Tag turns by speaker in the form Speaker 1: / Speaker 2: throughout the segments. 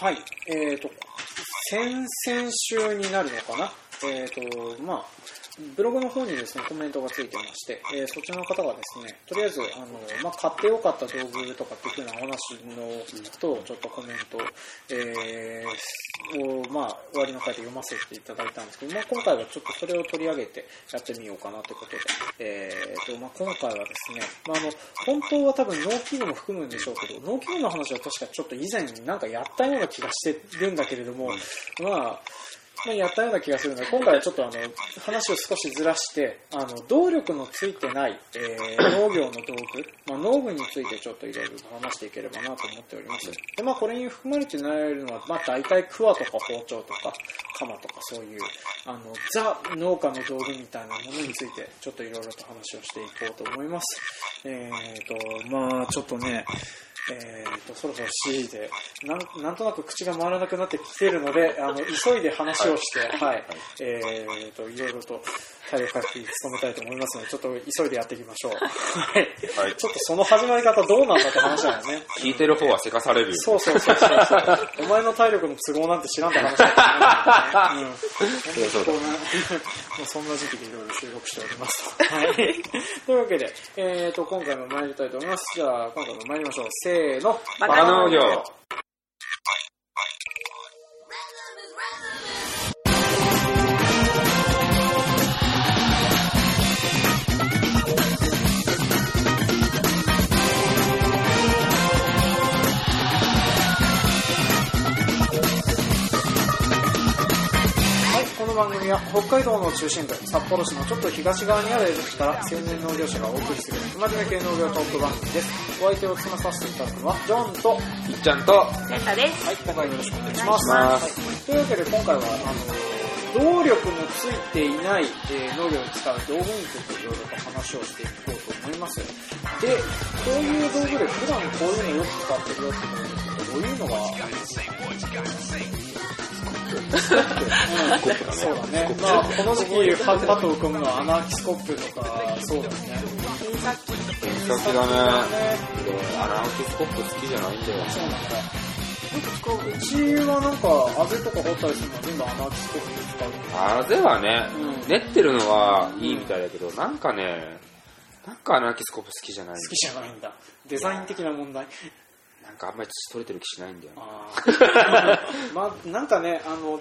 Speaker 1: はい、えっ、と、先々週になるのかな、えっ、と、まあ、ブログの方にですね、コメントがついてまして、えーそちらの方がですね、とりあえず、あの、まあ、買ってよかった道具とかっていうふうな話のことをちょっとコメント、えーを、まあ、終わりの回で読ませていただいたんですけど、まあ、今回はちょっとそれを取り上げてやってみようかなということで、えーと、まあ、今回はですね、まあ、あの、本当は多分農機具も含むんでしょうけど、農機具の話は確かちょっと以前なんかやったような気がしてるんだけれども、まあ、まあ、やったような気がするので、今回はちょっとあの話を少しずらして、あの動力のついてない、えー農業の道具、まあ、農具についてちょっといろいろ話していければなと思っております。でまあ、これに含まれてないのは、まあ、大体クワとか包丁とか鎌とかそういうあのザ農家の道具みたいなものについてちょっといろいろと話をしていこうと思います。えーとまあ、ちょっとねえー、とそろそろ C でなんなんとなく口が回らなくなってきてるのであの急いで話をして、はいえー、といろいろと対応回復に努めたいと思いますのでちょっと急いでやっていきましょう、はい
Speaker 2: はい
Speaker 1: ちょっとその始まり方どうなんだって話だよね
Speaker 2: 聞いてる方はせかされるよ。
Speaker 1: そうそうそうそうそうお前の体力の都合なんて知らんって話だよね、うん、
Speaker 2: そうそうそう
Speaker 1: もうそんな時期でいろいろ収録しておりますはいというわけで、えー、と今回も参りたいと思いますじゃあ今回も参りましょうせーの
Speaker 2: バカ農業。
Speaker 1: はい、この番組は北海道の中心部札幌市のちょっと東側にある江戸市から青年農業者がお送りする真面目系農業トーク番組ですお相手を務めさせていただくのはジョンと
Speaker 2: いっちゃんと、
Speaker 3: センタです。
Speaker 1: はい、今回よろしくお願いします。
Speaker 2: お願
Speaker 1: はい
Speaker 2: します
Speaker 1: い、というわけで今回は、あの、動力のついていない、えー農業に使う道具についていろいろと話をしていこうと思います。で、こういう道具で普段こういうのよく使ってるよってことですけど、どういうのがありますかスコップ だね。そうだね。まあ、この時期、パッパと浮かぶのは穴あきスコップとか、そうだね。
Speaker 3: 検索
Speaker 2: 検索だね。アナウンススコップ好きじゃないんだよ。
Speaker 1: そうなんだ。うちはなんか、あぜとか掘ったりするのは全部穴あきスコップ使う。
Speaker 2: あぜはね
Speaker 1: うん、
Speaker 2: 練ってるのはいいみたいだけど、なんかね、なんかアナーキスコップ好きじゃない
Speaker 1: 好きじゃないんだデザイン的な問題
Speaker 2: なんかあんまり土取れてる気しないんだよね。
Speaker 1: あーまあなんかねあの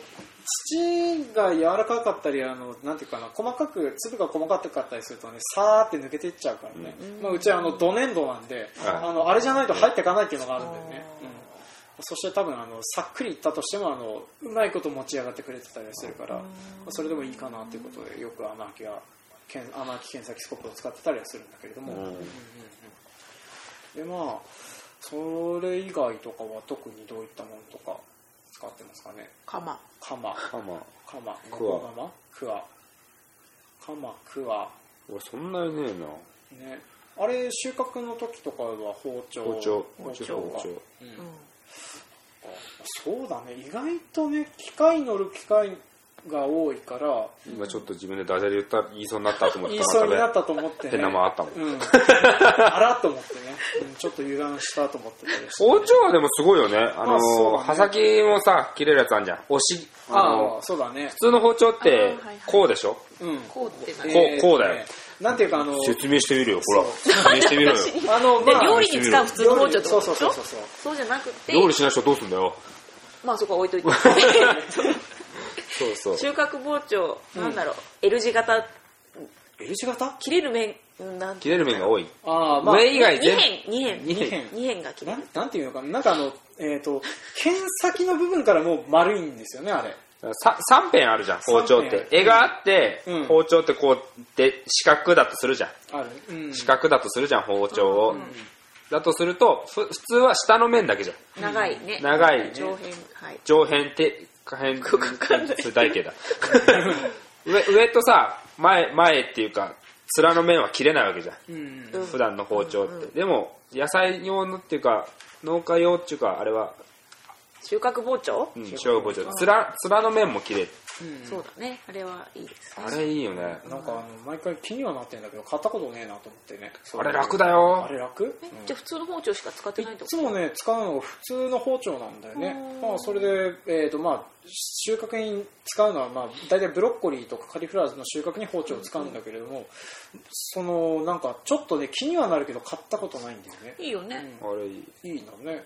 Speaker 1: 土が柔らかかったりあのなんていうかな細かく粒が細かかったりするとねさーって抜けていっちゃうからね、まあ、うちはあのド粘土なんで、
Speaker 2: はい
Speaker 1: あのあれじゃないと入っていかないっていうのがあるんだよね、うんそして多分あのさっくりいったとしてもあのうまいこと持ち上がってくれてたりするから、まあそれでもいいかなということでよく穴あきがけん穴あき検索スコップを使ってたりはするんだけれども、
Speaker 2: うん
Speaker 1: でまあそれ以外とかは特にどういったものとか使ってますかね
Speaker 3: 鎌。
Speaker 1: 鎌
Speaker 2: まあまあ、
Speaker 1: 鎌
Speaker 2: クワ
Speaker 1: 鎌クワ鎌クワ
Speaker 2: 俺そんなにねえな。
Speaker 1: ねあれ収穫の時とかは包丁
Speaker 2: 包丁、
Speaker 1: 包丁か
Speaker 2: 包丁。
Speaker 1: うん
Speaker 3: うん。
Speaker 1: そうだね意外とね機械乗る機械が多いから
Speaker 2: 今ちょっと自分でダジャレ言った、言いそうになったと思った
Speaker 1: 言
Speaker 2: ら
Speaker 1: いそうにな
Speaker 2: っ
Speaker 1: ったと思って
Speaker 2: て
Speaker 1: ね
Speaker 2: 名前あったもん。
Speaker 1: うん、あらと思ってね、うんちょっと油断したと思ってたりして
Speaker 2: 包丁はでもすごいよね。あの
Speaker 1: あそうだね
Speaker 2: 刃先もさ、切れるやつあんじゃん。おし、あ
Speaker 1: あ
Speaker 2: の
Speaker 1: あそうだね
Speaker 2: 普通の包丁っ
Speaker 3: あ
Speaker 2: て
Speaker 3: ーはいはい、
Speaker 2: こうでしょ
Speaker 1: うん
Speaker 3: こうってな
Speaker 2: こうこうだよ
Speaker 1: ねなんていうかあの
Speaker 2: 説明してみるよ、ほら。説明してみ ろよ。
Speaker 1: あのまあ
Speaker 3: 料理に使う普通の包丁って
Speaker 1: そ
Speaker 3: こ
Speaker 1: うそ
Speaker 3: と
Speaker 1: う
Speaker 3: でし
Speaker 1: そうそう
Speaker 3: ょ
Speaker 1: そう
Speaker 3: そうじゃなくて、
Speaker 2: 料理しない人どうすんだよ。
Speaker 3: まあそこは置いと いて。
Speaker 2: そうそう。
Speaker 3: 収穫包丁、
Speaker 1: うん
Speaker 3: なんだろう、L 字型、
Speaker 1: L 字型
Speaker 3: 切れる面、うんなん
Speaker 2: 切れる面が多い。
Speaker 1: ああまあ
Speaker 2: 上以外
Speaker 3: 2
Speaker 2: 全
Speaker 3: 辺、2辺。
Speaker 1: 二辺
Speaker 3: 2辺が切れ
Speaker 1: な
Speaker 3: る。
Speaker 1: んなんていうのかななんかあのえっ、と剣先の部分からもう丸いんですよねあれ
Speaker 2: さ三辺あるじゃん、包丁っ
Speaker 1: 三
Speaker 2: て。
Speaker 1: 辺
Speaker 2: 絵があって
Speaker 1: うん、
Speaker 2: 包丁ってこう、で、四角だとするじゃん。
Speaker 1: ある、うん、
Speaker 2: 四角だとするじゃん、包丁を。だとすると、ふ普通は下の面だけじゃん。
Speaker 3: 長いね。
Speaker 2: 長い
Speaker 3: 長辺、はい。
Speaker 2: 上辺って、下辺
Speaker 3: くわかんない
Speaker 2: それ台形だ。 上、上とさ、前、前っていうか、面の面は切れないわけじゃん。
Speaker 1: うん
Speaker 3: うん
Speaker 2: 普段の包丁って、
Speaker 3: うんうん
Speaker 2: でも野菜用のっていうか農家用っていうかあれは、
Speaker 3: 収穫包丁
Speaker 2: うん、塩包丁つらつらの面も切れ
Speaker 1: うん
Speaker 3: そうだね。あれはいいですね。
Speaker 2: あれいいよね。
Speaker 1: なんかあの毎回気にはなってんだけど買ったことねえなと思ってね
Speaker 2: あれ楽
Speaker 1: だ
Speaker 2: だよ
Speaker 1: あ。れ楽
Speaker 3: えじゃあ普通の包丁しか使ってないって
Speaker 1: い
Speaker 3: こ
Speaker 1: つもね使うのが普通の包丁なんだよね
Speaker 3: うん
Speaker 1: まあ、それで、えーとまあ、収穫に使うのは、まあ、大体ブロッコリーとかカリフラワーズの収穫に包丁を使うんだけれども、そのなんかちょっとね気にはなるけど買ったことないんだよね
Speaker 3: といいよね。
Speaker 2: あれいい。
Speaker 1: いいんだね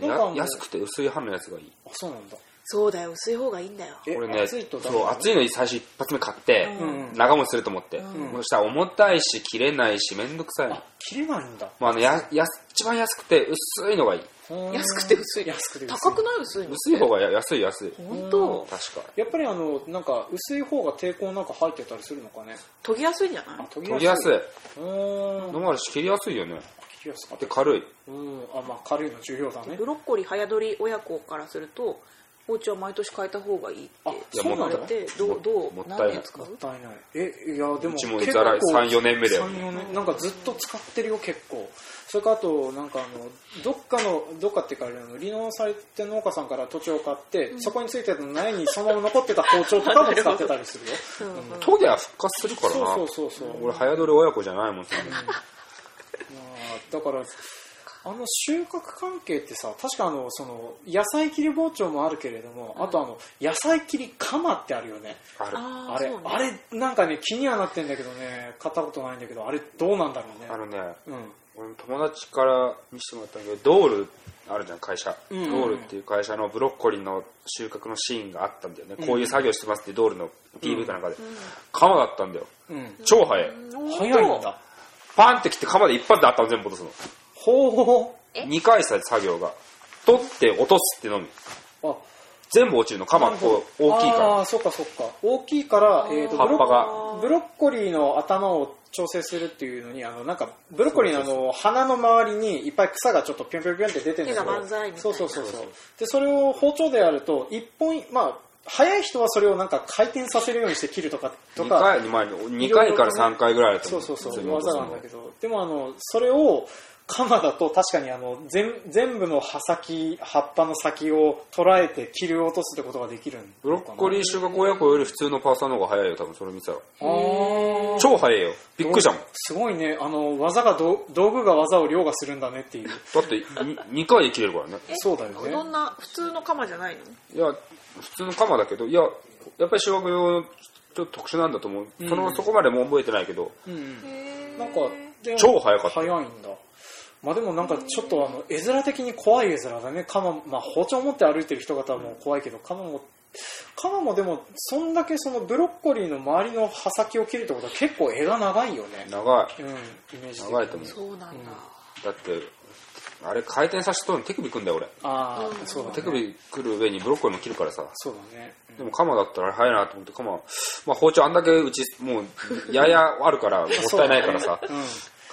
Speaker 2: や
Speaker 1: なんかもう
Speaker 2: 安くて薄い刃のやつがいい。
Speaker 1: あそうなんだ
Speaker 3: そうだよ。薄い方がいいんだよ。
Speaker 1: え
Speaker 2: 俺ね、
Speaker 1: 熱いとダメ
Speaker 2: そう、熱いのに最初一発目買って、
Speaker 3: うん
Speaker 1: うん
Speaker 2: 長持ちすると思って。
Speaker 3: うん
Speaker 2: そしたら重たいし、切れないし、めんどくさいの
Speaker 1: あ。切れないんだ
Speaker 2: まあね、や、や、一番安くて薄いのがいい。
Speaker 1: 安
Speaker 3: 安くて薄い。
Speaker 1: 安くて薄い
Speaker 3: 高くない薄いの。
Speaker 2: 薄い方がや安い安い。
Speaker 3: 本
Speaker 1: う
Speaker 3: 当
Speaker 1: ん。
Speaker 2: 確か。
Speaker 1: やっぱりあのなんか薄い方が抵抗なんか入ってたりするのかね
Speaker 3: 研ぎやすいんじゃな
Speaker 1: あ
Speaker 3: い
Speaker 1: 研
Speaker 2: 研ぎやすい。
Speaker 1: うーん
Speaker 2: のもあるし、切りやすいよね。
Speaker 1: 聞きやすかった
Speaker 2: で、軽い。
Speaker 1: うんあまあ軽いの重要だね
Speaker 3: ブロッコリー早取り親子からすると、包丁は毎年変えた方がいいって
Speaker 1: あ
Speaker 2: や
Speaker 1: そうなんだ
Speaker 3: 言われ
Speaker 1: も
Speaker 3: て、どう、どう
Speaker 2: も、ったいない
Speaker 3: 何年使う
Speaker 1: ったいないえいやでも
Speaker 2: うちも
Speaker 1: 結
Speaker 2: ざらい
Speaker 1: 構
Speaker 2: 3 4年目だよ
Speaker 1: 3 4年なんかずっと使ってるよ結構それからあとなんかあのどっかのどっかっていうかあの離農されて農家さんから土地を買って、そこについてた苗にそのまま残ってた包丁とかも使ってたりするよ
Speaker 3: うんうん
Speaker 2: 研ぎは復活するからな。
Speaker 1: そうそうそうそう
Speaker 2: 俺、早取り親子じゃないもん、そんな
Speaker 1: まあ、だからあの収穫関係ってさ確かあのその野菜切り包丁もあるけれども、あとあの野菜切り鎌ってあるよね
Speaker 2: ある。
Speaker 3: あ
Speaker 1: あれ、あれなんかね気にはなってんだけどね買ったことないんだけどあれどうなんだろうね
Speaker 2: あのね、
Speaker 1: うん
Speaker 2: 俺も友達から見せてもらったんだけどドールあるじゃん会社、
Speaker 1: うん
Speaker 2: ドールっていう会社のブロッコリーの収穫のシーンがあったんだよね、こういう作業してますってドールの PV かなんかで、鎌だったんだよ
Speaker 1: うん
Speaker 2: 超早い
Speaker 1: 早いんだ
Speaker 2: パンって切って鎌で一発であったの全部落とす
Speaker 1: ほうほ
Speaker 2: の
Speaker 3: え
Speaker 2: 2回した作業が取って落とすってのみ
Speaker 1: うあ
Speaker 2: 全部落ちるの鎌
Speaker 1: なるほ
Speaker 2: こう大きい
Speaker 1: あ
Speaker 2: か
Speaker 1: あそっかそっか大きいから、えー、と
Speaker 2: 葉っぱが
Speaker 1: ブロッコリーの頭を調整するっていうのにあのなんかブロッコリーのあの花の周りにいっぱい草がちょっとピョンピョンピョンって出てるんだけ
Speaker 3: 手が万歳みたい
Speaker 1: ど
Speaker 3: な
Speaker 1: そうそうそうそうでそれを包丁でやると一本まあ早い人はそれをなんか回転させるようにして切るとかと
Speaker 2: 2
Speaker 1: か
Speaker 2: 回まあ二回から3回ぐらいだと
Speaker 1: そ
Speaker 2: 思
Speaker 1: うそうそ
Speaker 2: 普通
Speaker 1: う
Speaker 2: に落と
Speaker 1: 技
Speaker 2: す
Speaker 1: な
Speaker 2: の
Speaker 1: んだけどでもあのそれを鎌だと確かにあの全全部の葉先葉っぱの先を捉えて切り落とすってことができるんだ
Speaker 2: ブロッコリー収穫親子より普通のパーサーの方が早いよ多分それ見てたら
Speaker 1: あー
Speaker 2: 超早いよびっくりしたもん
Speaker 1: すごいねあの技がど道具が技を凌駕するんだねっていう
Speaker 2: だって2回で切れるからね
Speaker 3: え
Speaker 1: そうだよね
Speaker 3: どんな、普通の鎌じゃないの
Speaker 2: いや普通の鎌だけどいややっぱり小学用のちょっと特殊なんだと思う、
Speaker 1: うん
Speaker 2: そのそこまでも覚えてないけど
Speaker 1: うんな
Speaker 3: なん
Speaker 1: かでも
Speaker 2: 超早かった
Speaker 1: 早いんだまあでもなんかちょっとあの絵面的に怖い絵面だね鎌まあ包丁持って歩いてる人方はもう怖いけど鎌も鎌もでもそんだけそのブロッコリーの周りの刃先を切るってことは結構絵が長いよね
Speaker 2: 長い
Speaker 1: うんイメージ的に
Speaker 2: 長いと思う
Speaker 3: そうなんだ。
Speaker 2: だってあれ回転させとるの手首くんだよ俺
Speaker 1: あ
Speaker 3: う
Speaker 1: あ
Speaker 3: ん
Speaker 1: そうだね
Speaker 2: 手首くる上にブロッコリーも切るからさ
Speaker 1: そうだね
Speaker 2: でも鎌だったらあれ早いなと思って鎌、まあ、包丁あんだけうちもうややあ るからもったいないからさ
Speaker 1: う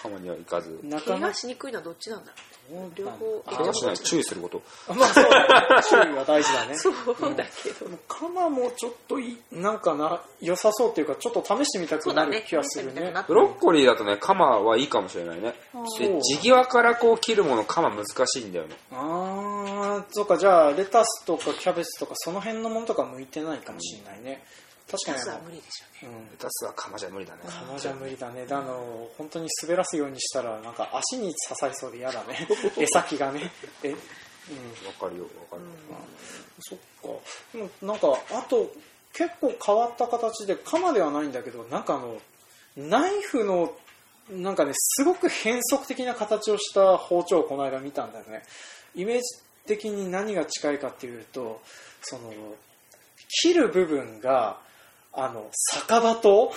Speaker 2: 鎌にはいかず
Speaker 1: んなか
Speaker 3: 怪
Speaker 1: な
Speaker 3: 我
Speaker 1: か
Speaker 3: しにくいのはどっちなんだ両
Speaker 1: 両
Speaker 3: 方
Speaker 2: 怪我しない注意すること
Speaker 1: まあそうだね注意は大事だね
Speaker 3: そうだけど。
Speaker 1: 鎌もちょっといいなんかな良さそうっていうかちょっと試してみたくなる気がする
Speaker 3: そうだ
Speaker 1: ね
Speaker 3: ね試してみたく
Speaker 2: ブロッコリーだとね鎌はいいかもしれないね
Speaker 1: そう
Speaker 2: で地際からこう切るもの鎌難しいんだよね
Speaker 1: あーそうかじゃあレタスとかキャベツとかその辺のものとか向いてないかもしれないね、確
Speaker 3: 実
Speaker 1: か
Speaker 3: は
Speaker 1: に
Speaker 3: 無理でしょ
Speaker 1: あのうん
Speaker 2: レタスは釜じゃ無理だね
Speaker 1: 釜じゃ無理だねであの本当に滑らすようにしたらなんか足に刺さりそうで嫌だ ね毛先がねえうん
Speaker 2: わかるよわかる、
Speaker 1: そっかでもなんかあと結構変わった形で鎌ではないんだけどなんかあのナイフのなんかねすごく変則的な形をした包丁をこの間見たんだよねイメージ的に何が近いかっていうとその切る部分があの酒場と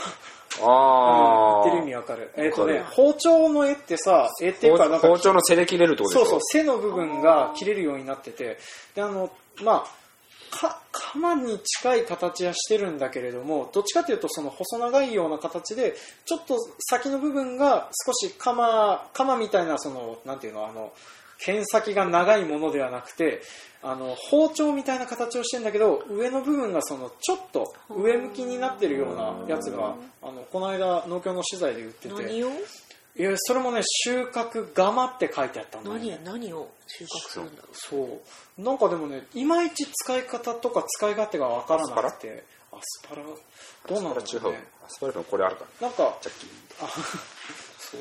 Speaker 2: ああ
Speaker 1: 言ってる意味わかるえっ、とね
Speaker 2: わか
Speaker 1: 包丁の絵ってさ絵っていうかなんか
Speaker 2: 包丁の背で切れるってこ
Speaker 1: そ
Speaker 2: と
Speaker 1: う
Speaker 2: でしょ
Speaker 1: そう背の部分が切れるようになっててであのまあか鎌に近い形はしてるんだけれどもどっちかというとその細長いような形でちょっと先の部分が少し鎌鎌みたいなそのなんていうのあの剣先が長いものではなくてあの包丁みたいな形をしてるんだけど上の部分がそのちょっと上向きになってるようなやつがあのこの間農協の資材で売って
Speaker 3: う
Speaker 1: て
Speaker 3: ね。何を
Speaker 1: いやそれもね収穫釜って書いてあったんだよね
Speaker 3: 何、何を収穫するんだろ
Speaker 1: そうなんかでもねいまいち使い方とか使い勝手が分からなくてあスパラどうなんだろ
Speaker 2: 違
Speaker 1: う
Speaker 2: う
Speaker 1: ね
Speaker 2: アスパラフェンこれあるから
Speaker 1: なんか
Speaker 2: ジャッキー
Speaker 1: あそう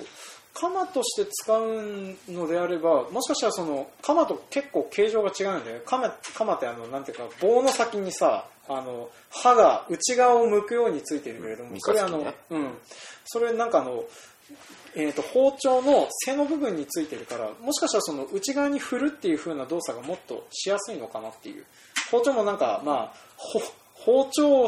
Speaker 1: 鎌として使うのであればもしかしたらその鎌と結構形状が違うんだよね鎌鎌ってあのなんていうか棒の先にさあの刃が内側を向くようについてるけれども、
Speaker 2: うん
Speaker 1: それあの、
Speaker 2: 三日月
Speaker 1: うんそれなんかあのえー、と包丁の背の部分についてるからもしかしたらその内側に振るっていう風な動作がもっとしやすいのかなっていう包丁もなんか、まあ、ほ包丁を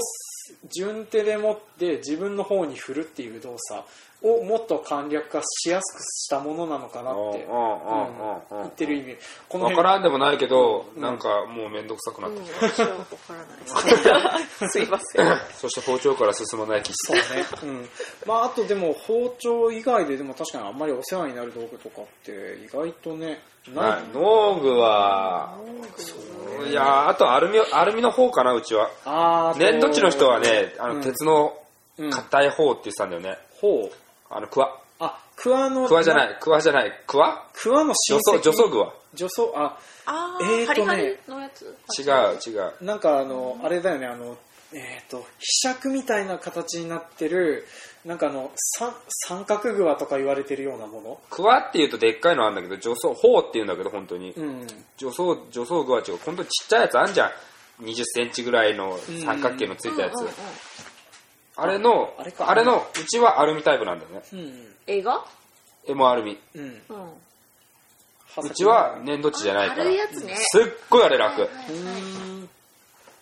Speaker 1: 順手で持って自分の方に振るっていう動作をもっと簡略化しやすくしたものなのかなって
Speaker 2: うんうんうんうんうん
Speaker 1: 言ってる意味この
Speaker 2: わ
Speaker 1: 辺
Speaker 2: からんでもないけど、
Speaker 1: うん
Speaker 2: なんかもう面倒くさくなってきた、
Speaker 3: 私はわからないです。 すいません。
Speaker 2: そして包丁から進まない気
Speaker 1: そうね、うんまあ、あとでも包丁以外ででも確かにあんまりお世話になる道具とかって意外とねな
Speaker 2: ないい農具は
Speaker 3: そう
Speaker 2: いやあとアルミアルミの方かなうちは
Speaker 1: あー
Speaker 2: ねどっちの人はねあ
Speaker 1: うん
Speaker 2: の鉄の
Speaker 1: うん
Speaker 2: 硬い方って言ってたんだよね、
Speaker 1: ほう
Speaker 2: あのクワ
Speaker 1: あ、クワの、
Speaker 2: クワじゃ
Speaker 1: い。
Speaker 2: ないクワじゃないクワ
Speaker 1: クワの親
Speaker 2: 女装
Speaker 1: 戚。
Speaker 2: 女装具は
Speaker 1: 女装。あ、
Speaker 3: あ
Speaker 1: え
Speaker 3: あ、
Speaker 1: ーとね
Speaker 3: ハリハリのやつ
Speaker 2: 違う違う
Speaker 1: なんかあの、あれだよね、あの、えっ、と、ひしみたいな形になってる、なんかあの、三三角グワとか言われてるようなもの。
Speaker 2: クワっていうとでっかいのあるんだけど女装砲っていうんだけど本当に
Speaker 1: うん。
Speaker 2: 女装女装具は違う本当にちっちゃいやつあんじゃん2 0ンチぐらいの三角形のついたやつ、
Speaker 3: うんうんうん
Speaker 2: あれの
Speaker 1: あ
Speaker 2: あ
Speaker 1: れ
Speaker 2: れ
Speaker 1: か
Speaker 2: のうちはアルミタイプなんだよね
Speaker 1: うん。
Speaker 3: 映画
Speaker 2: えもうアルミ
Speaker 1: うん。
Speaker 3: うん。
Speaker 2: うちは粘土地じゃないから
Speaker 3: 軽いやつね。
Speaker 2: すっごいあれ楽
Speaker 1: うーん。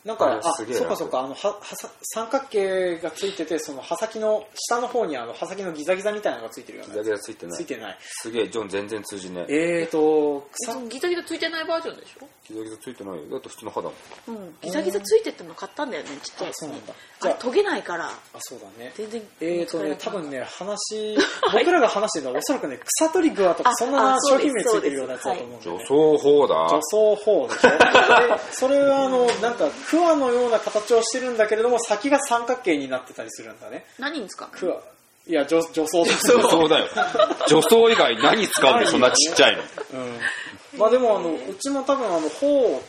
Speaker 1: なん
Speaker 2: あ
Speaker 1: か、
Speaker 2: れ
Speaker 1: あ、
Speaker 2: すげえ
Speaker 1: そっか
Speaker 2: 楽
Speaker 1: そっか、あの、は、はさ、三角形がついてて、その刃先の、下の方にあの、刃先のギザギザみたいなのがついてるよ
Speaker 2: ギ
Speaker 1: うな
Speaker 2: ザギザついてな
Speaker 1: つい
Speaker 2: い
Speaker 1: てない。
Speaker 2: すげえジョン全然通じねえ
Speaker 1: えーと、
Speaker 3: そ
Speaker 1: 草
Speaker 3: のギザギザついてないバージョンでしょ
Speaker 2: ギザギザついてないよだって普通の肌も
Speaker 3: うん。ギザギザついてっての買ったんだよね、ちっちゃいやつ
Speaker 1: あそうな
Speaker 3: に
Speaker 1: んだ。
Speaker 3: あれ、研げないから、
Speaker 1: あ、そうだね。
Speaker 3: 全然。
Speaker 1: えーとね、
Speaker 3: 使
Speaker 1: 多
Speaker 3: えなくなった
Speaker 1: 分ね、話、 僕らが話してるのはおそらくね、草取りグアとか、
Speaker 3: あ
Speaker 1: そんな
Speaker 3: あそ
Speaker 1: 商
Speaker 3: うです
Speaker 1: 品名ついてるようなやつだと思うんだよ
Speaker 2: 女
Speaker 1: ね。
Speaker 2: 装砲だ
Speaker 1: 女装法でしょでそれはあの、なんか、クワのような形をしてるんだけれども、先が三角形になってたりするんだね。
Speaker 3: 何に使うの
Speaker 1: クワ。いや、女女装だ
Speaker 2: 女装だよ女装以外何使うんだよそんなちっちゃいの
Speaker 1: うん。まあでも、あの、うちも多分、あの、法、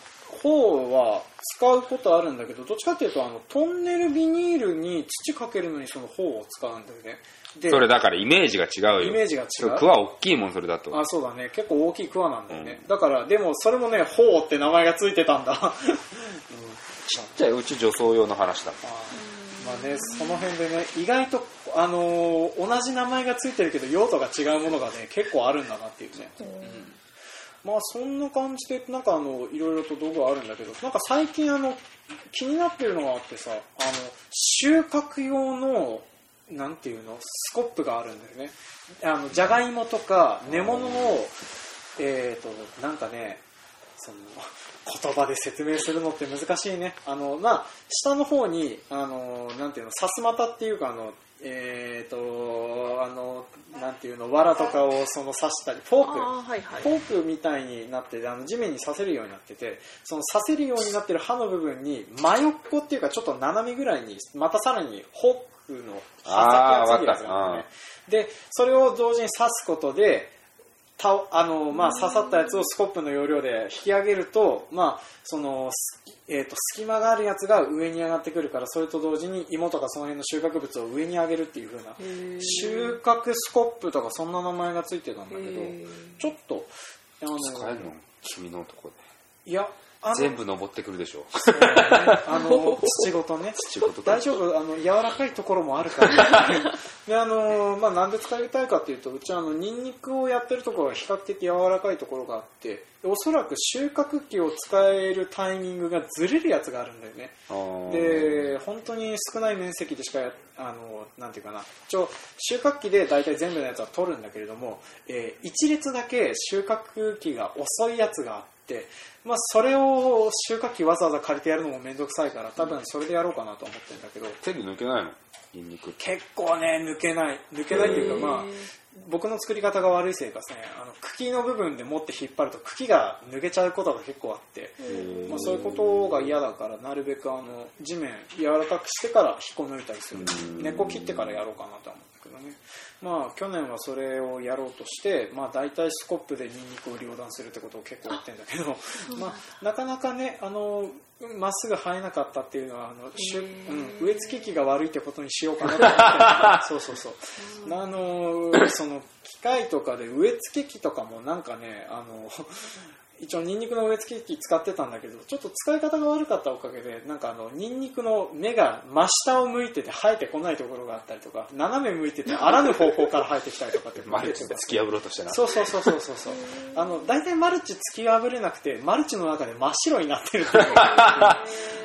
Speaker 1: 法は使うことあるんだけど、どっちかっていうと、あの、トンネルビニールに土かけるのにその法を使うんだよね。で、
Speaker 2: それだからイメージが違うよ
Speaker 1: イメージが違う
Speaker 2: そうクワ大きいもんそれだと
Speaker 1: あそうだね結構大きいクワなんだよね、
Speaker 2: う
Speaker 1: だからでもそれもね「ほう」って名前がついてたんだ、うん、 あ
Speaker 2: じゃあうち女装用の話だ
Speaker 1: ーまあねその辺でね意外と、あのー同じ名前がついてるけど用途が違うものがね結構あるんだなっていうね、うんまあそんな感じでなんかあのいろいろと道具はあるんだけどなんか最近あの気になってるのがあってさあの収穫用のなんていうのスコップがあるんだよねあのじゃがいもとか根物のえー、となんかねその言葉で説明するのって難しいねあのまあ下の方にあのなんていうのさすまたっていうかあのえー、とあのなんていうの藁とかをその刺したりフォーク
Speaker 3: ああ、はいはい。
Speaker 1: フォークみたいになっててあの地面に刺せるようになっててその刺せるようになってる刃の部分に真横っていうかちょっと斜めぐらいにまたさらにフォークの刃先がついてるやつなんだよね
Speaker 2: あーわか
Speaker 1: でそれを同時に刺すことでたあの、まあ、刺さったやつをスコップの要領で引き上げると,、まあそのすえー、と隙間があるやつが上に上がってくるからそれと同時に芋とかその辺の収穫物を上に上げるっていう風な収穫スコップとかそんな名前がついてたんだけど。ちょっと、あの
Speaker 2: 使えるの君のとこで
Speaker 1: いや、あの、
Speaker 2: 全部登ってくるでしょ
Speaker 1: あ の土ごとね。
Speaker 2: 仕事
Speaker 1: 大丈夫あの柔らかいところもあるから、 であのまあ、なんで使いたいかというとうちはあのニンニクをやってるところが比較的柔らかいところがあっておそらく収穫機を使えるタイミングがずれるやつがあるんだよね
Speaker 2: 夫
Speaker 1: で本当に少ない面積でしかやあのなんていうかな一応収穫機で大体全部のやつは取るんだけれども、えー一列だけ収穫機が遅いやつがあって、まあ、それを収穫機わざわざ借りてやるのも面倒くさいから多分それでやろうかなと思ってるんだけど
Speaker 2: 手で抜けないのニンニクって
Speaker 1: 結構ね抜けない抜けないというかまあ僕の作り方が悪いせいかですねあの茎の部分で持って引っ張ると茎が抜けちゃうことが結構あって。まあ、そういうことが嫌だからなるべくあの地面柔らかくしてから引っこ抜いたりする
Speaker 2: うん
Speaker 1: 根っこ切ってからやろうかなとは思うんだけどどね、まあ去年はそれをやろうとして、まあ、大体スコップでニンニクを両断するってことを結構言ってんだけど、まあ、なかなかねあのまっすぐ生えなかったっていうのはあの、しゅ
Speaker 3: へー
Speaker 1: うん、植え付け機が悪いってことにしようかなと思ってんだ けどそうそうそうあのーその機械とかで植え付け機とかもなんかねあの一応ニンニクの植え付け機使ってたんだけどちょっと使い方が悪かったおかげでなんかあのニンニクの根が真下を向いてて生えてこないところがあったりとか 斜め向いててあらぬ方向から生えてきたりとかって
Speaker 2: マルチで突き破ろうとしてな
Speaker 1: そうそうそうそうそうそうあの大体マルチ突き破れなく てマルチの中で真っ白になってるってい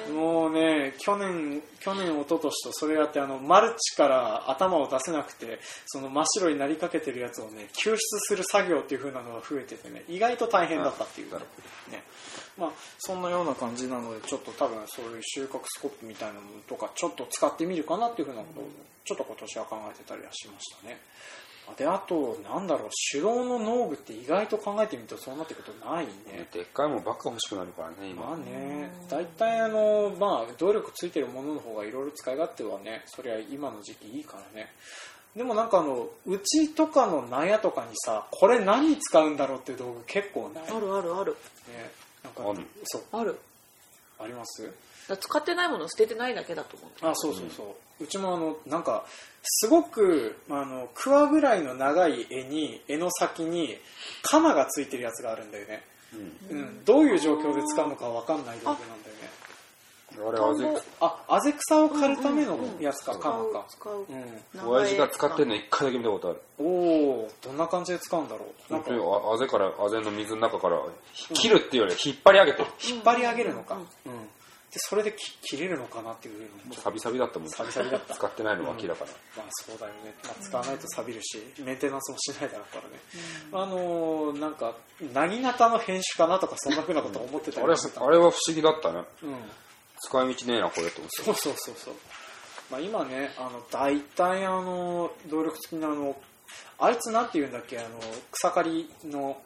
Speaker 1: うもうね去年去年一昨年とそれやってあのマルチから頭を出せなくてその真っ白になりかけてるやつをね救出する作業っていう風なのが増えててね意外と大変だったっていう
Speaker 2: な
Speaker 1: ね
Speaker 2: る
Speaker 1: まあそんなような感じなのでちょっと多分そういう収穫スコップみたいなものとかちょっと使ってみるかなっていう風なことをちょっと今年は考えてたりはしましたねであとなんだろう手動の農具って意外と考えてみるとそうなってくることないね
Speaker 2: でっかいもんばっか欲しくなるからね
Speaker 1: まあ
Speaker 2: 今
Speaker 1: ね、大体あの、まあ、動力ついてるものの方がいろいろ使い勝手はね、そりゃ今の時期いいからね。でもなんかあの、うちとかの納屋とかにさ、これ何に使うんだろうっていう道具結構ない。
Speaker 3: あるあるある
Speaker 1: ね、なん
Speaker 2: あ
Speaker 1: か
Speaker 2: る、
Speaker 1: そう、
Speaker 3: ある
Speaker 1: あります
Speaker 3: だから使ってないものを捨ててないだけだと思う
Speaker 1: あ、そうそうそう。うちもあの、なんか、すごく、あの、クワぐらいの長い絵に、絵の先に、鎌がついてるやつがあるんだよね。
Speaker 2: うん
Speaker 1: うん、どういう状況で使うのかわかんない道具なんだよね。
Speaker 2: あれあず
Speaker 1: あ、あぜ草を刈るためのやつか、
Speaker 2: うんうん
Speaker 1: カ
Speaker 3: 使
Speaker 1: モ
Speaker 3: う
Speaker 1: か。
Speaker 3: 使う
Speaker 1: うん。
Speaker 2: 親父が使ってんの一回だけ見たことある
Speaker 1: おお、どんな感じで使うんだろう。なん
Speaker 2: 本
Speaker 1: か
Speaker 2: 当にああぜからあぜの水の中から切るっていうより引っ張り上げて
Speaker 1: 引っ張り上げるのか。
Speaker 3: う
Speaker 1: うんん。で、それでき切れるのかなっていうのもちょっと
Speaker 2: サビサビだったもん
Speaker 1: サビサビだった
Speaker 2: 使ってないのが明らかな
Speaker 1: まあそうだよね。まあ、使わないと錆びるし、メンテナンスもしないだろうからね。あのー、なんか、何型の編集かなとか、そんなふうなこと思ってた
Speaker 2: あれ
Speaker 1: りしてた。
Speaker 2: あれは不思議だったね
Speaker 1: うん。
Speaker 2: 使い道ねえなこれと思って
Speaker 1: そうそうそうそう。まあ、今ね、あの、大体あの、動力付きのあの、あいつなんて言うんだっけ、あの、草刈りの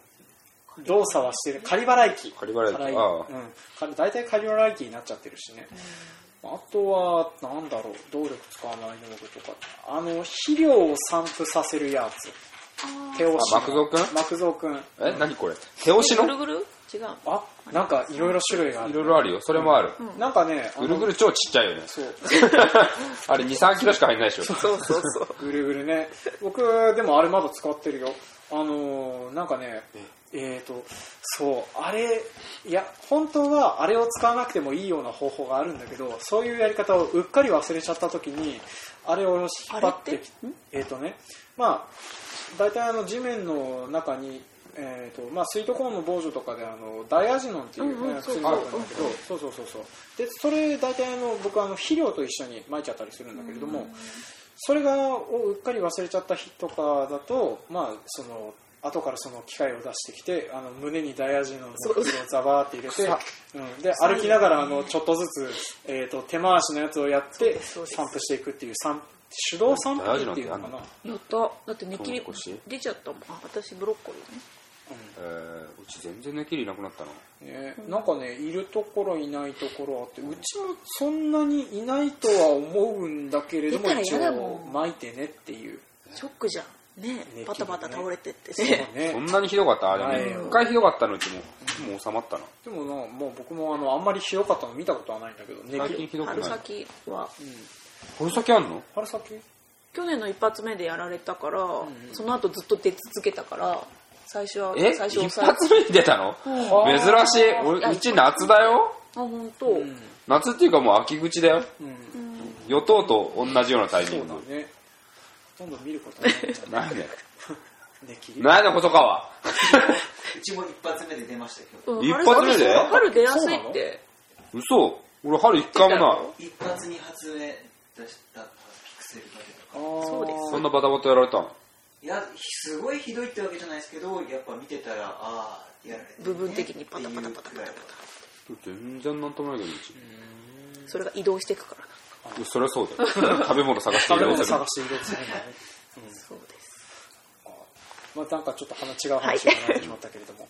Speaker 1: 動作はしてる、刈り払い機。
Speaker 2: 仮払い
Speaker 1: 払い
Speaker 2: あ
Speaker 1: うんか、大体カリオライティになっちゃってるしね、あとはなんだろう動力使わない農具とかあの肥料を散布させるやつ手押し
Speaker 2: あ麦蔵くん
Speaker 1: 幕蔵くん
Speaker 2: あえ何これ手押しの
Speaker 3: ぐるぐる違う
Speaker 1: あなんかいろいろ種類があ
Speaker 2: い
Speaker 1: る
Speaker 2: ろいろあるよそれもある
Speaker 1: なんかねあの
Speaker 2: ぐるぐる超ちっちゃいよね
Speaker 1: そう
Speaker 2: あれ23キロしか入んないでしょ
Speaker 3: そうそうそう
Speaker 1: ぐるぐるね僕でもあれまだ使ってるよあのーなんかねえー、とそうあれいや本当はあれを使わなくてもいいような方法があるんだけどそういうやり方をうっかり忘れちゃった時にあれを引っ張ってきえー、とねまあ大体あの地面の中に、えーとまあ、スイートコーンの防除とかであのダイアジノンっていう、
Speaker 3: うんう
Speaker 1: ね
Speaker 3: んそう
Speaker 1: 薬があるんだけどそうそうそうそうでそれ大体あの僕あの肥料と一緒に撒いちゃったりするんだけれども、それがをうっかり忘れちゃった日とかだとまあその後からその機械を出してきてあの胸にダイヤジノンの袋をザバーって入れて、うん、で歩きながらあのちょっとずつ、えー、と手回しのやつをやって
Speaker 3: そうです
Speaker 1: 散布していくっていう散手動散布機っていうの
Speaker 2: ダイヤジノ
Speaker 1: か
Speaker 2: ンってあん
Speaker 1: な
Speaker 2: の
Speaker 3: やっただって根切り
Speaker 2: トウモロコシ
Speaker 3: 出ちゃったもんあ私ブロッコリーね
Speaker 2: えーうち全然ねきりいなくなったな
Speaker 1: ね、なんかねいるところいないところあってうちもそんなにいないとは思うんだけれども
Speaker 3: いたら
Speaker 1: 一
Speaker 3: 嫌だ
Speaker 1: 応
Speaker 3: もん
Speaker 1: 巻いてねっていう
Speaker 3: ショックじゃんね
Speaker 1: ね
Speaker 3: バタバタ倒れてって
Speaker 1: そう
Speaker 3: ね
Speaker 1: ね
Speaker 2: そんなにひどかったあでも
Speaker 1: ない
Speaker 2: 一回ひどかったのうちももう収まったな
Speaker 1: でもなもう僕もあのあんまりひどかったの見たことはないんだけどね
Speaker 2: 最近ひどく
Speaker 3: 春
Speaker 2: ない
Speaker 3: 先は
Speaker 1: うん
Speaker 2: この先あんの
Speaker 1: 春先
Speaker 3: 去年の一発目でやられたから、
Speaker 1: ん
Speaker 3: その後ずっと出続けたから最初は
Speaker 2: え
Speaker 3: 最初
Speaker 2: 一
Speaker 3: 抑え
Speaker 2: 発目に出たの珍
Speaker 1: ん
Speaker 2: しい俺うち夏だよ
Speaker 3: あ本当、
Speaker 1: うん、
Speaker 2: 夏っていうかもう秋口だよ
Speaker 1: うん
Speaker 2: 与党と同じようなタイミ
Speaker 1: そう
Speaker 2: ン
Speaker 1: だ
Speaker 2: グ
Speaker 1: ねほとんど見ること ないんじゃな
Speaker 2: なんで
Speaker 1: いね切り
Speaker 2: なんだことかは
Speaker 4: うちも一発目で出ましたけど
Speaker 3: うん
Speaker 2: 一発目で
Speaker 3: 春春出やすいって
Speaker 2: 嘘俺春一回もない
Speaker 4: 一発二発目出したピクセルが出た
Speaker 1: あ
Speaker 4: か
Speaker 1: ー
Speaker 3: そうです
Speaker 2: そんなバタバタやられたの
Speaker 4: いやすごいひどいってわけじゃないですけどやっぱ見てたらああやられてる
Speaker 3: 部
Speaker 4: ね
Speaker 3: 分的にパタパタパタパタパタ
Speaker 4: っていうくらい
Speaker 2: 全然なんともないけどうち
Speaker 3: それが移動していくから
Speaker 2: そりゃそうだよ食べ物探して
Speaker 1: 食べ
Speaker 2: る
Speaker 1: 物探して移動する んだね
Speaker 3: そうです
Speaker 1: まあ、なんかちょっと話違う話になってしまったけれども、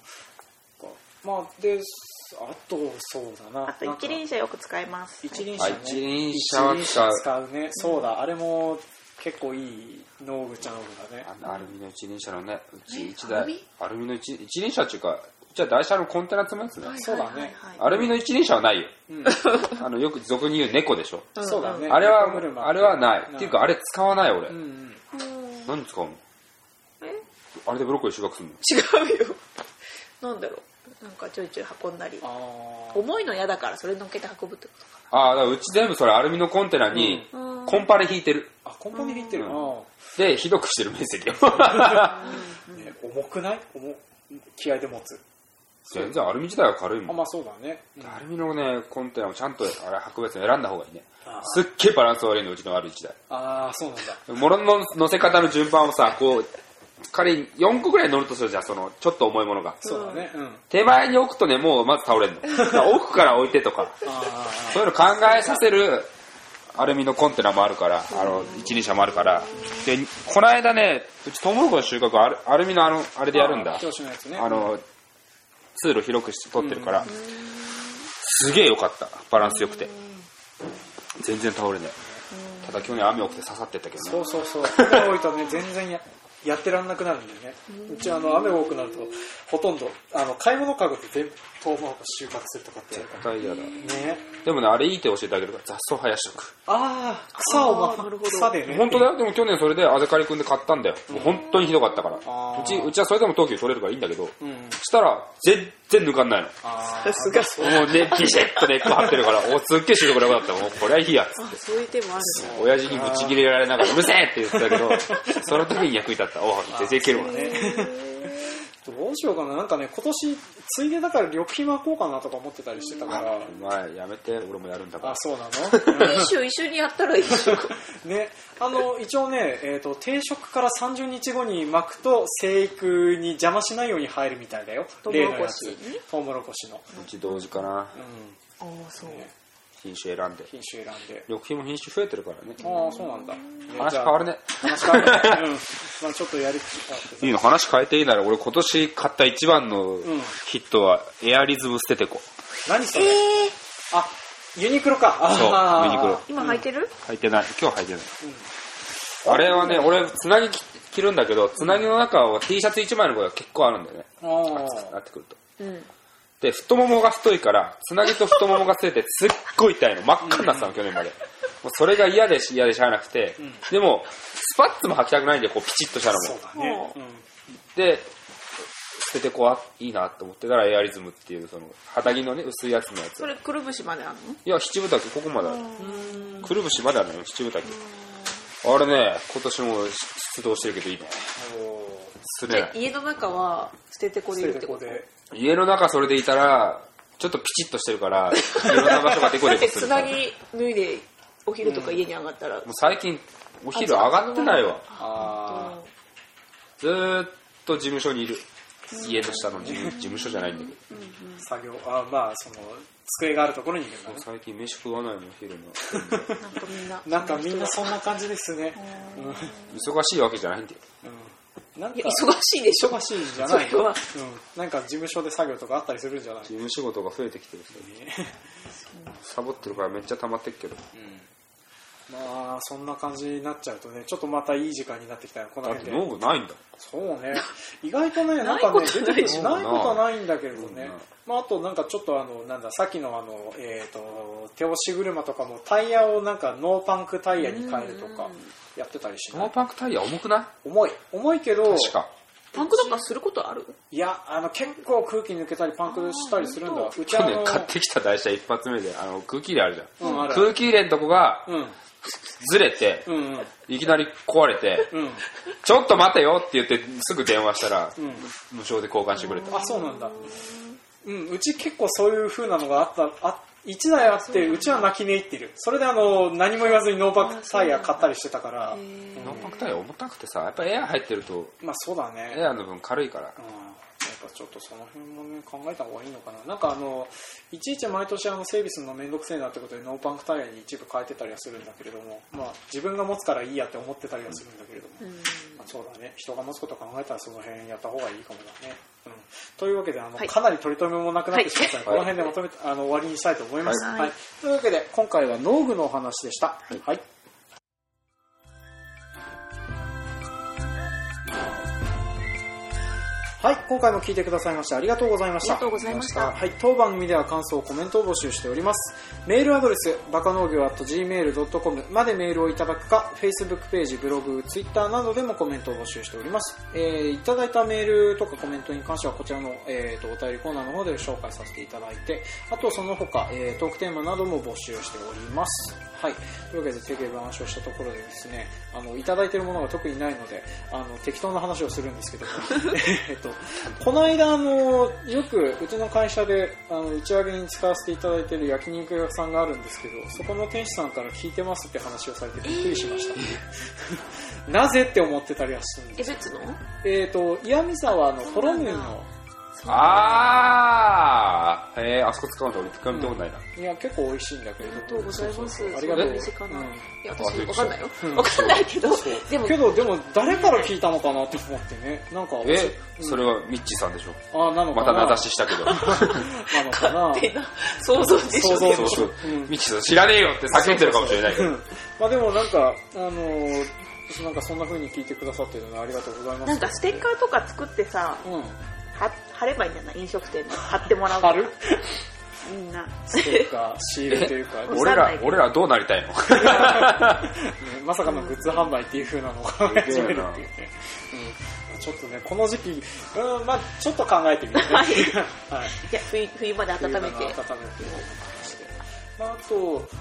Speaker 1: まあであとそうだな
Speaker 3: あと
Speaker 1: なんか
Speaker 3: 一輪車よく使います
Speaker 1: 一輪
Speaker 2: あ
Speaker 1: 車、ね、
Speaker 2: 一輪車は使う
Speaker 1: 一輪車使うねそうだあれも結構いい農具ちゃんだね
Speaker 2: あのアルミの一輪車のね、うち一
Speaker 3: えアル
Speaker 2: 台
Speaker 3: ミ、
Speaker 2: アルミの一一輪車っていうか、じゃあ台車のコンテナ積むやつね。
Speaker 1: そうだね
Speaker 2: アルミの一輪車はないよ。
Speaker 1: うん
Speaker 2: あの、よく俗に言う猫でしょ。
Speaker 3: うん
Speaker 1: そうだね
Speaker 2: あれ
Speaker 1: 猫車
Speaker 2: は、あれはない。
Speaker 1: ない
Speaker 2: っていうか、あれ使わない俺。
Speaker 1: うんうん
Speaker 3: うん
Speaker 2: 何使うの
Speaker 3: え
Speaker 2: あれでブロッコリー収穫するの
Speaker 3: 違うよなんだろうなんかちょいちょい運んだり
Speaker 1: あー
Speaker 3: 重いの嫌だからそれ乗っけて運ぶってこ
Speaker 2: ああ、だからうち全部それアルミのコンテナに
Speaker 3: と、か
Speaker 2: コンパネ引いてる。
Speaker 1: あコンパネ引いてるな、
Speaker 2: う
Speaker 1: ね
Speaker 2: で、ひどくしてる面積を。
Speaker 1: 重くない重気合で持つ
Speaker 2: 全然アルミ自体は軽い
Speaker 1: あ
Speaker 2: もん。
Speaker 1: まあそうだね、うん
Speaker 2: アルミのね、コンテナをちゃんとあれ運ぶやつを選んだ方がいいね。
Speaker 1: あー
Speaker 2: すっげえバランス悪いの、うちのある一台。
Speaker 1: あーそうなんだ
Speaker 2: 物の乗せ方の順番をさ、こう、仮に4個ぐらい乗るとするじゃん、その、ちょっと重いものが。
Speaker 1: そうだねうん
Speaker 2: 手前に置くとね、もうまず倒れるの。だから奥から置いてとか、
Speaker 1: あー
Speaker 2: そういうの考えさせるアルミのコンテナもあるから、あの、一輪車もあるから。で、この間ね、うちトウモロコシの収穫アルアルミのあの、あれでやるんだ。
Speaker 1: 教師のやつね
Speaker 2: あの、通路広くして取ってるから、すげえ良かった。バランス良くて。全然倒れない。ただ去年雨多くて刺さってったけどね。
Speaker 1: そうそうそう雨多いとね全然ややってらんなくなるんだよねうちあの雨多くなるとほとんどあの買い物家具で全部トウモロコシ収穫するとかってやるか
Speaker 2: 絶対嫌だ。
Speaker 1: らね
Speaker 2: でもね、あれいい手教えてあげるから雑草生やしとく。
Speaker 1: ああ草をま
Speaker 3: あーなるほど
Speaker 1: 草でね
Speaker 2: 本当だよ。でも去年それであぜかりくんで買ったんだよ。もう本当にひどかったから。
Speaker 1: あー
Speaker 2: うち、うちはそれでも東急取れるからいいんだけど、
Speaker 1: うんうん
Speaker 2: したら全然抜かんないの。
Speaker 1: あ
Speaker 3: さすが
Speaker 2: もうね、ビシッと根っこ張ってるから、 お、すっげえ白くなくなった。もうこれはいいやつ。
Speaker 3: あそういう手もある
Speaker 2: 親父にぶち切れられながら、うるせえって言ってたけ ど、その時に役に立った。お全然いけるわ。
Speaker 1: ねどうしようかななんかね今年ついでだから緑肥巻こうかなとか思ってたりしてたから
Speaker 2: お前、やめて、俺もやるんだか
Speaker 1: あ
Speaker 2: ら。
Speaker 1: そうなの、
Speaker 3: 一緒一緒にやったらいいで しょ
Speaker 1: ね、あの一応ね、えー、と定食から30日後に巻くと生育に邪魔しないように入るみたいだよ
Speaker 3: トウモロコ
Speaker 1: 例
Speaker 3: シ
Speaker 1: のやつトウモロコシの、
Speaker 2: うち同時かな。
Speaker 1: う
Speaker 3: ああそうん
Speaker 1: ね
Speaker 2: 品種選んで。
Speaker 1: 品種選んで
Speaker 2: 緑肥も品種増えてるからね。
Speaker 1: ああそうなんだ
Speaker 2: 話変わる
Speaker 1: ね
Speaker 2: ね。
Speaker 1: じゃあ話変わるね、うんまあ、ちょっとやり口があって
Speaker 2: いいの話変えていいなら俺今年買った一番の
Speaker 1: ん
Speaker 2: ヒットはエアリズム捨ててこ
Speaker 1: 何それ、あユニクロかあ
Speaker 2: そうユニクロ
Speaker 3: 今履いてる
Speaker 2: 履いてない今日履いてない、あれはね俺つなぎき着るんだけどつなぎの中は T シャツ1枚の子が結構あるんだよね
Speaker 1: あ
Speaker 2: 暑く
Speaker 1: ー
Speaker 2: なってくると
Speaker 3: うん
Speaker 2: で太ももが太いからつなぎと太ももがつれてすっごい痛いの真っ赤になってたの去年までもうそれが嫌でし嫌でしゃあなくて、
Speaker 1: ん
Speaker 2: でもスパッツも履きたくないんでこうピチッとしたの
Speaker 1: そう
Speaker 2: も
Speaker 1: だね、うん
Speaker 2: で捨ててこうあいいなと思ってたらエアリズムっていうその肌着のね薄いやつのやつ
Speaker 3: それくるぶしまである
Speaker 2: いや、七分丈、ここまである。くるぶしまであるのよ、七分丈。あれね、今年も出動してるけどいいね。す
Speaker 3: の
Speaker 2: れな
Speaker 3: で
Speaker 2: い。
Speaker 3: 家の中は捨ててこれるってこと
Speaker 1: それで
Speaker 2: 家の中それでいたら、ちょっとピチッとしてる から、いろんな場所がデコ
Speaker 3: だ
Speaker 2: デ
Speaker 3: っ
Speaker 2: コ
Speaker 3: て
Speaker 2: す
Speaker 3: つ
Speaker 2: る
Speaker 3: な
Speaker 2: もう
Speaker 3: ぎ脱いでお昼とか家に上がったら、
Speaker 2: 最近、お昼上がってないわ。
Speaker 1: あ
Speaker 2: ずーっと事務所にいる。家の下の事務事務所じゃないんだけど。
Speaker 1: あ作業あまあその机があるところにいるんだね
Speaker 2: 最近飯食わないの、昼 の。
Speaker 3: なんかみんな
Speaker 1: なんかみんなそんな感じですね。
Speaker 2: 忙しいわけじゃないんだよ。
Speaker 1: うん、なんか
Speaker 3: いや忙しいでしょ
Speaker 1: 忙しいんじゃない
Speaker 3: そ
Speaker 1: の、
Speaker 3: れ
Speaker 1: うん
Speaker 3: は、
Speaker 1: なんか事務所で作業とかあったりするんじゃない
Speaker 2: 事務仕事が増えてきてる人サボってるからめっちゃ溜まってっけど。
Speaker 1: まあそんな感じになっちゃうとねちょっとまたいい時間になってきたよこの
Speaker 2: だっ
Speaker 1: 辺
Speaker 2: て
Speaker 1: で
Speaker 2: 農具ないんだもん。
Speaker 1: そうね意外と ねなんかね
Speaker 3: ないこと
Speaker 1: 出
Speaker 3: ない
Speaker 1: て
Speaker 3: で
Speaker 1: き
Speaker 3: し
Speaker 1: な
Speaker 2: ょ
Speaker 1: いことはないんだけれどね、
Speaker 2: うん
Speaker 1: まあ、あとなんかちょっとあのなんださっきのあの、えー、と手押し車とかもタイヤをなんかノーパンクタイヤに変えるとかやってたりしな
Speaker 2: ノー
Speaker 1: い
Speaker 2: パンクタイヤ重くない
Speaker 1: 重い重いけど
Speaker 2: 確か。
Speaker 3: パンクとかすることある
Speaker 1: いやあの結構空気抜けたりパンクしたりするんだ
Speaker 3: あ
Speaker 1: うち
Speaker 2: 去
Speaker 1: あの
Speaker 2: 年買ってきた台車一発目であの空気入れあるじゃん、
Speaker 1: うんある
Speaker 2: 空気入れのとこが
Speaker 1: うん
Speaker 2: ずれて、
Speaker 1: うんうん
Speaker 2: いきなり壊れて、
Speaker 1: うん
Speaker 2: ちょっと待てよって言ってすぐ電話したら、
Speaker 1: うん
Speaker 2: 無償で交換してくれた
Speaker 1: あそうなんだうんうち結構そういう風なのがあったあ1台あってうちは泣き寝入ってるそれであの何も言わずにノーバックタイヤ買ったりしてたからうん
Speaker 2: ノーパンクタイヤ重たくてさやっぱエアー入ってると
Speaker 1: まあそうだね
Speaker 2: エアーの分軽いから
Speaker 1: うんやっぱちょっとその辺もね考えた方がいいのかななんかあのいちいち毎年あの整備するの面倒くせえなってことでノーパンクタイヤに一部変えてたりはするんだけれどもまあ自分が持つからいいやって思ってたりはするんだけれども、まあ、そうだね人が持つことを考えたらその辺やった方がいいかもだね、うん、というわけであの、
Speaker 3: はい
Speaker 1: かなり取り留めもなくなってしまったので、
Speaker 2: はい
Speaker 1: この辺でまとめてあの終わりにしたいと思います、は
Speaker 3: はいい
Speaker 1: というわけで今回は農具のお話でしたはい、はい、今回も聞いてくださいましてありがとうございました。
Speaker 3: ありがとうございました
Speaker 1: はい、当番組では感想、コメントを募集しております。メールアドレス、バカ農業 .gmail.com までメールをいただくか、Facebook ページ、ブログ、Twitter などでもコメントを募集しております。えー、いただいたメールとかコメントに関しては、こちらの、えー、とお便りコーナーの方で紹介させていただいて、あとその他、えー、トークテーマなども募集しております。はい、というわけで、定型話をしたところでですね、あの、いただいているものが特にないので、あの、適当な話をするんですけども、 えっと、この間あのよくうちの会社であの打ち上げに使わせていただいている焼肉屋さんがあるんですけどそこの店主さんから聞いてますって話をされてびっくりしました、なぜって思ってたりはするん
Speaker 3: え
Speaker 1: です
Speaker 3: 別の
Speaker 1: えっ、と岩見沢のホロムイの
Speaker 2: あーえー、あそこ使うんだ俺使うたことないな、
Speaker 1: いや結構美味しいんだけれども
Speaker 3: ありがとうございます
Speaker 1: そうそうそうありがとう
Speaker 3: そんな身近な
Speaker 1: う
Speaker 3: いや
Speaker 2: あ
Speaker 3: 私
Speaker 2: そう
Speaker 3: わかんないよ
Speaker 1: うん
Speaker 3: わかんないけどでも
Speaker 1: んけどでも誰から聞いたのかなって思ってねなんか
Speaker 2: えそれはミッチーさんでしょ
Speaker 1: あなの
Speaker 2: ま
Speaker 1: かな
Speaker 2: た名指ししたけ ど
Speaker 1: なのかな
Speaker 3: 勝手な想像でしょ
Speaker 1: 想像
Speaker 2: そうそう、
Speaker 1: うん
Speaker 2: ミッチーさん知らねえよって叫んでるかもしれないけど
Speaker 1: まあでもなんか、あのーなんかそんな風に聞いてくださってるのでありがとうございます。
Speaker 3: なんかステッカーとか作ってさ
Speaker 1: うん。
Speaker 3: 貼貼ればいいんじゃない飲食店に貼ってもらう
Speaker 1: 貼る
Speaker 3: みんな
Speaker 1: ステッカー、シールというか、
Speaker 3: え
Speaker 2: 俺ら俺らどうなりたいの
Speaker 1: ねまさかのグッズ販売っていう風なのを考え始めるっていうね。うんちょっとね、この時期、うん、まあちょっと考えてみてね。 はい。
Speaker 3: いや冬冬まで温め
Speaker 1: 温めて
Speaker 3: て。
Speaker 1: まあ、あと、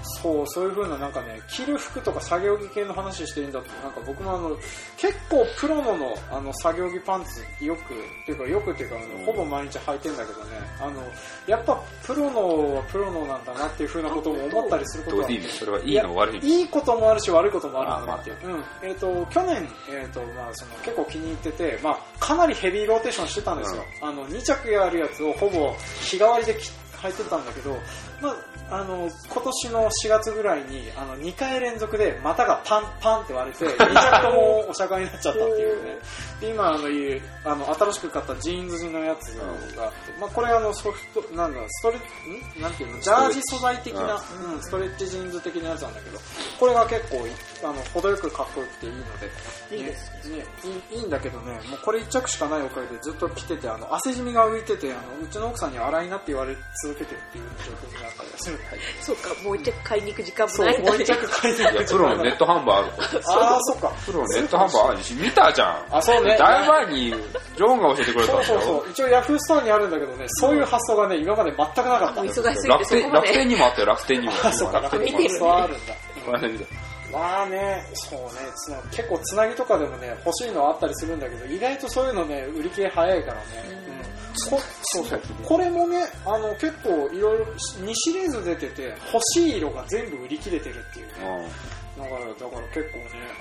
Speaker 1: そう、そういう風ななんかね、着る服とか作業着系の話してるんだって、なんか僕もあの、結構プロのの、あの、作業着パンツ、よく、っていうか、よくっていうか、あのほぼ毎日履いてんだけどね、あの、やっぱプロのはプロのなんだなっていう風なことも思ったりすること
Speaker 2: どう
Speaker 1: は
Speaker 2: でいいのそれはいいの悪いの
Speaker 1: やいいこともあるし悪いこともあるんだなっていう、うんえっと去年、えっとまあ、その結構気に入ってて、まあ、かなりヘビーローテーションしてたんですよ、あの2着あるやつをほぼ日替わりで着履いてたんだけど、まあ、あの今年の4月ぐらいにあの2回連続で股がパンパンって割れて2着 ともお釈迦になっちゃったっていうねで今あのいうあの新しく買ったジーンズのやつがあって、まあ、これあのソフトなんだストレんなんていうのジャージ素材的な、うん、ストレッチジーンズ的なやつなんだけどこれが結構いあの程よくかっこよくていいので
Speaker 3: いいです
Speaker 1: ねねいいいいんだけどねもうこれ1着しかないおかげでずっと着ててあの汗染みが浮いててあのうちの奥さんに洗いなって言われ続けてるっていう状況になったりはする、
Speaker 3: そうかもう一着買いに行く時間も
Speaker 1: そう
Speaker 3: ないん
Speaker 1: も
Speaker 3: だ
Speaker 1: う1
Speaker 3: ね
Speaker 1: 着買いに行
Speaker 2: いやプロのネット販売ある
Speaker 1: ああそっか
Speaker 2: プロのネット販売あるし見たじゃん
Speaker 1: あそうね
Speaker 2: だいぶ前にジョンが教えてくれた
Speaker 1: そう
Speaker 2: んでし
Speaker 1: そ
Speaker 2: ょ
Speaker 1: うそう一応ヤフーストアにあるんだけどねそういう発想がね今まで全くなかった
Speaker 3: もう忙しすぎて
Speaker 2: 楽
Speaker 3: そこ
Speaker 2: 天
Speaker 3: ま
Speaker 2: 楽
Speaker 3: で
Speaker 2: 天にもあったよ楽天にも
Speaker 1: あそうか
Speaker 2: 楽
Speaker 1: 楽
Speaker 2: 天に
Speaker 1: 天
Speaker 2: も
Speaker 1: に
Speaker 3: 見てる
Speaker 1: そうあるんだ
Speaker 2: この辺で
Speaker 1: まあねそうねその結構つなぎとかでもね欲しいのはあったりするんだけど意外とそういうのね売り切れ早いからね、
Speaker 3: うん
Speaker 1: うんこそうそうこれもねあの結構いろいろ2シリーズ出てて欲しい色が全部売り切れてるっていうね、だから、だから結構ね、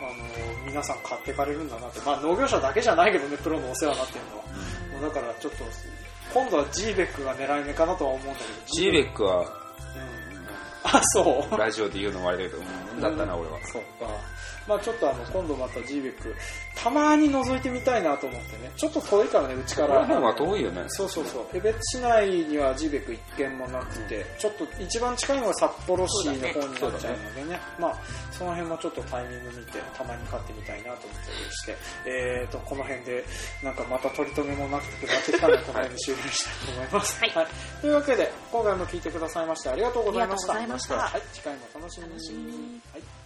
Speaker 1: あの皆さん買ってかれるんだなって、まあ農業者だけじゃないけどね、プロのお世話になってるのは。もうだからちょっと、今度は g ベックが狙い目かなとは思うんだけど。
Speaker 2: ジーベックは
Speaker 1: うん。あ、そう。
Speaker 2: ラジオで言うのもあれだけどうんだったな俺は
Speaker 1: そうか。まあちょっとあの、今度また g ベック、たまに覗いてみたいなと思ってね、ちょっと遠いからね、うちか
Speaker 2: この
Speaker 1: ら。
Speaker 2: 辺は遠いよね
Speaker 1: そうそうそう。江別市内にはジーベック一軒もなくて、ちょっと一番近いのは札幌市の方になっちゃうのでね、まあ、その辺もちょっとタイミング見て、たまに買ってみたいなと思ったりして、えーと、この辺で、なんかまた取り留めもなくてなってきたので、この辺に終了したいと思います。
Speaker 3: はい
Speaker 1: というわけで、今回も聞いてくださいましてありがとうございました。
Speaker 3: ありがとうございました
Speaker 1: はい、次回もお楽しみに。
Speaker 3: 楽しみに
Speaker 1: はい